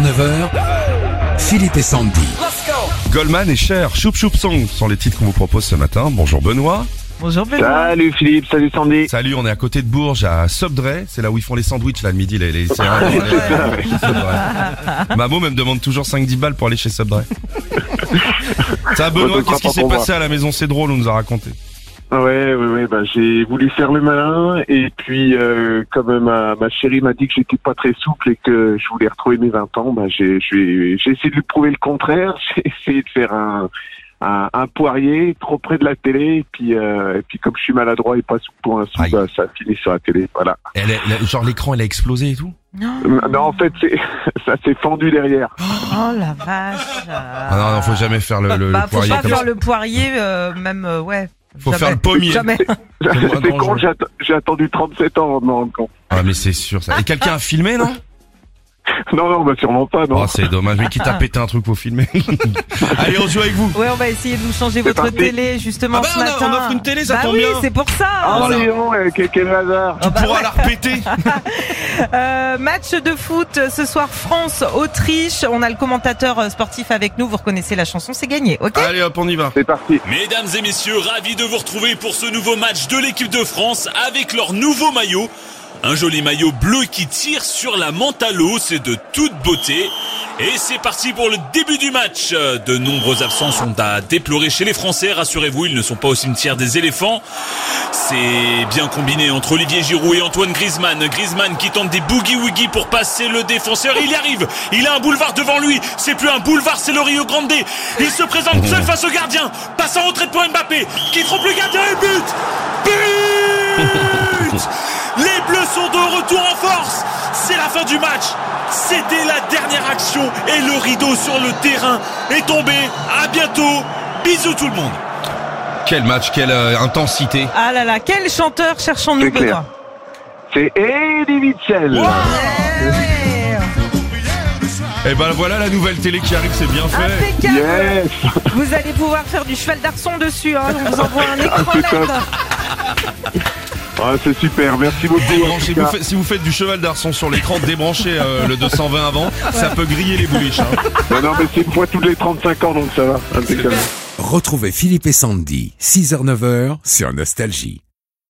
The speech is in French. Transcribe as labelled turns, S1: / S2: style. S1: 6h-9h, Philippe et Sandy.
S2: Goldman et Cher, Choup Choup Song sont les titres qu'on vous propose ce matin. Bonjour Benoît.
S3: Bonjour Benoît.
S4: Salut Philippe, salut Sandy.
S2: Salut, on est à côté de Bourges, à Subdray. C'est là où ils font les sandwichs, là, le midi, les, les céréales. Ouais, ouais, Subdray. Maman me demande toujours 5-10 balles pour aller chez Subdray. Ça,
S4: Moi, je
S2: Benoît,
S4: crois
S2: qu'est-ce qui
S4: pas
S2: s'est
S4: pour
S2: passé à la maison C'est drôle, on nous a raconté.
S4: Ouais, ouais, ouais. Bah, j'ai voulu faire le malin et puis euh, comme ma, ma chérie m'a dit que j'étais pas très souple et que je voulais retrouver mes 20 ans, bah, j'ai, je vais- j'ai essayé de lui prouver le contraire. J'ai essayé de faire un, un, un poirier trop près de la télé et puis, euh, et puis comme je suis maladroit et pas souple pour un sou,
S2: Aïe.
S4: bah, ça a fini sur la télé. Voilà.
S2: Elle est- la- genre, l'écran, elle a explosé et tout.
S4: Non, en fait, c'est, ça s'est fendu derrière.
S3: Oh la vache.
S2: Ah non, non, faut jamais faire le, le-
S3: Bah,
S2: le poirier
S3: Faut pas
S2: comme ça.
S3: faire le poirier, euh, même, euh, ouais.
S2: Faut
S3: Jamais.
S2: faire le pommier.
S3: Jamais.
S2: C'est moins
S4: C'est con,
S2: dangereux.
S4: j'ai, att- j'ai attendu 37 ans avant de me rendre compte.
S2: Ah, mais c'est sûr, ça. Et quelqu'un a filmé, non
S4: Non, non, bah, sûrement pas, non.
S2: Oh, c'est dommage. Mais qui t'a pété un truc pour filmer Allez, on joue avec vous.
S3: Ouais, on va essayer de vous changer votre
S4: parti.
S3: télé, justement,
S2: Ah bah,
S3: ce
S2: on a-
S3: matin.
S2: on offre une télé, ça
S3: bah
S2: tombe
S3: oui,
S2: bien.
S3: c'est pour ça.
S4: Ah,
S2: Voilà.
S4: dis donc, eh, quel, quel hasard.
S3: Oh,
S2: Tu
S3: bah,
S2: pourras la répéter.
S3: Euh, match de foot ce soir France-Autriche. On a le commentateur euh, sportif avec nous. Vous reconnaissez la chanson, c'est gagné, ok
S2: Allez, hop, on y va.
S4: C'est parti.
S5: Mesdames et messieurs, ravi de vous retrouver pour ce nouveau match de l'équipe de France avec leur nouveau maillot. Un joli maillot bleu qui tire sur la mentalo, c'est de toute beauté. Et c'est parti pour le début du match. Euh, De nombreux absents sont à déplorer chez les Français, rassurez-vous, ils ne sont pas au cimetière des éléphants. C'est bien combiné entre Olivier Giroud et Antoine Griezmann. Griezmann qui tente des boogie-woogie pour passer le défenseur. Il y arrive. Il a un boulevard devant lui. C'est plus un boulevard, c'est le Rio Grande. Il se présente seul face au gardien. Passe en retrait pour Mbappé. Qui trompe le gardien et but But Les Bleus sont de retour en force. C'est la fin du match. C'était la dernière action et le rideau sur le terrain est tombé. À bientôt. Bisous tout le monde.
S2: Quel match, quelle euh, intensité.
S3: Ah là là, quel chanteur
S4: C'est
S3: cherchons-nous,
S4: clair.
S3: Benoît
S4: C'est Eddie Mitchell.
S3: Eh ouais.
S2: Et ben voilà la nouvelle télé qui arrive, c'est bien fait.
S3: Impeccable
S4: Yes
S3: Vous allez pouvoir faire du cheval d'arçon dessus, hein. on vous envoie un écran
S4: c'est top.
S3: LED.
S4: Ah, C'est super, merci beaucoup. en
S2: Débranchez,
S4: tout
S2: vous
S4: cas.
S2: faites- si vous faites du cheval d'arçon sur l'écran, débranchez euh, le 220 avant, ça peut griller les bouliches. hein.
S4: Non, non, mais c'est une fois tous les 35 ans, donc ça va. Impeccable.
S1: Retrouvez Philippe et Sandy, 6h-9h, sur Nostalgie.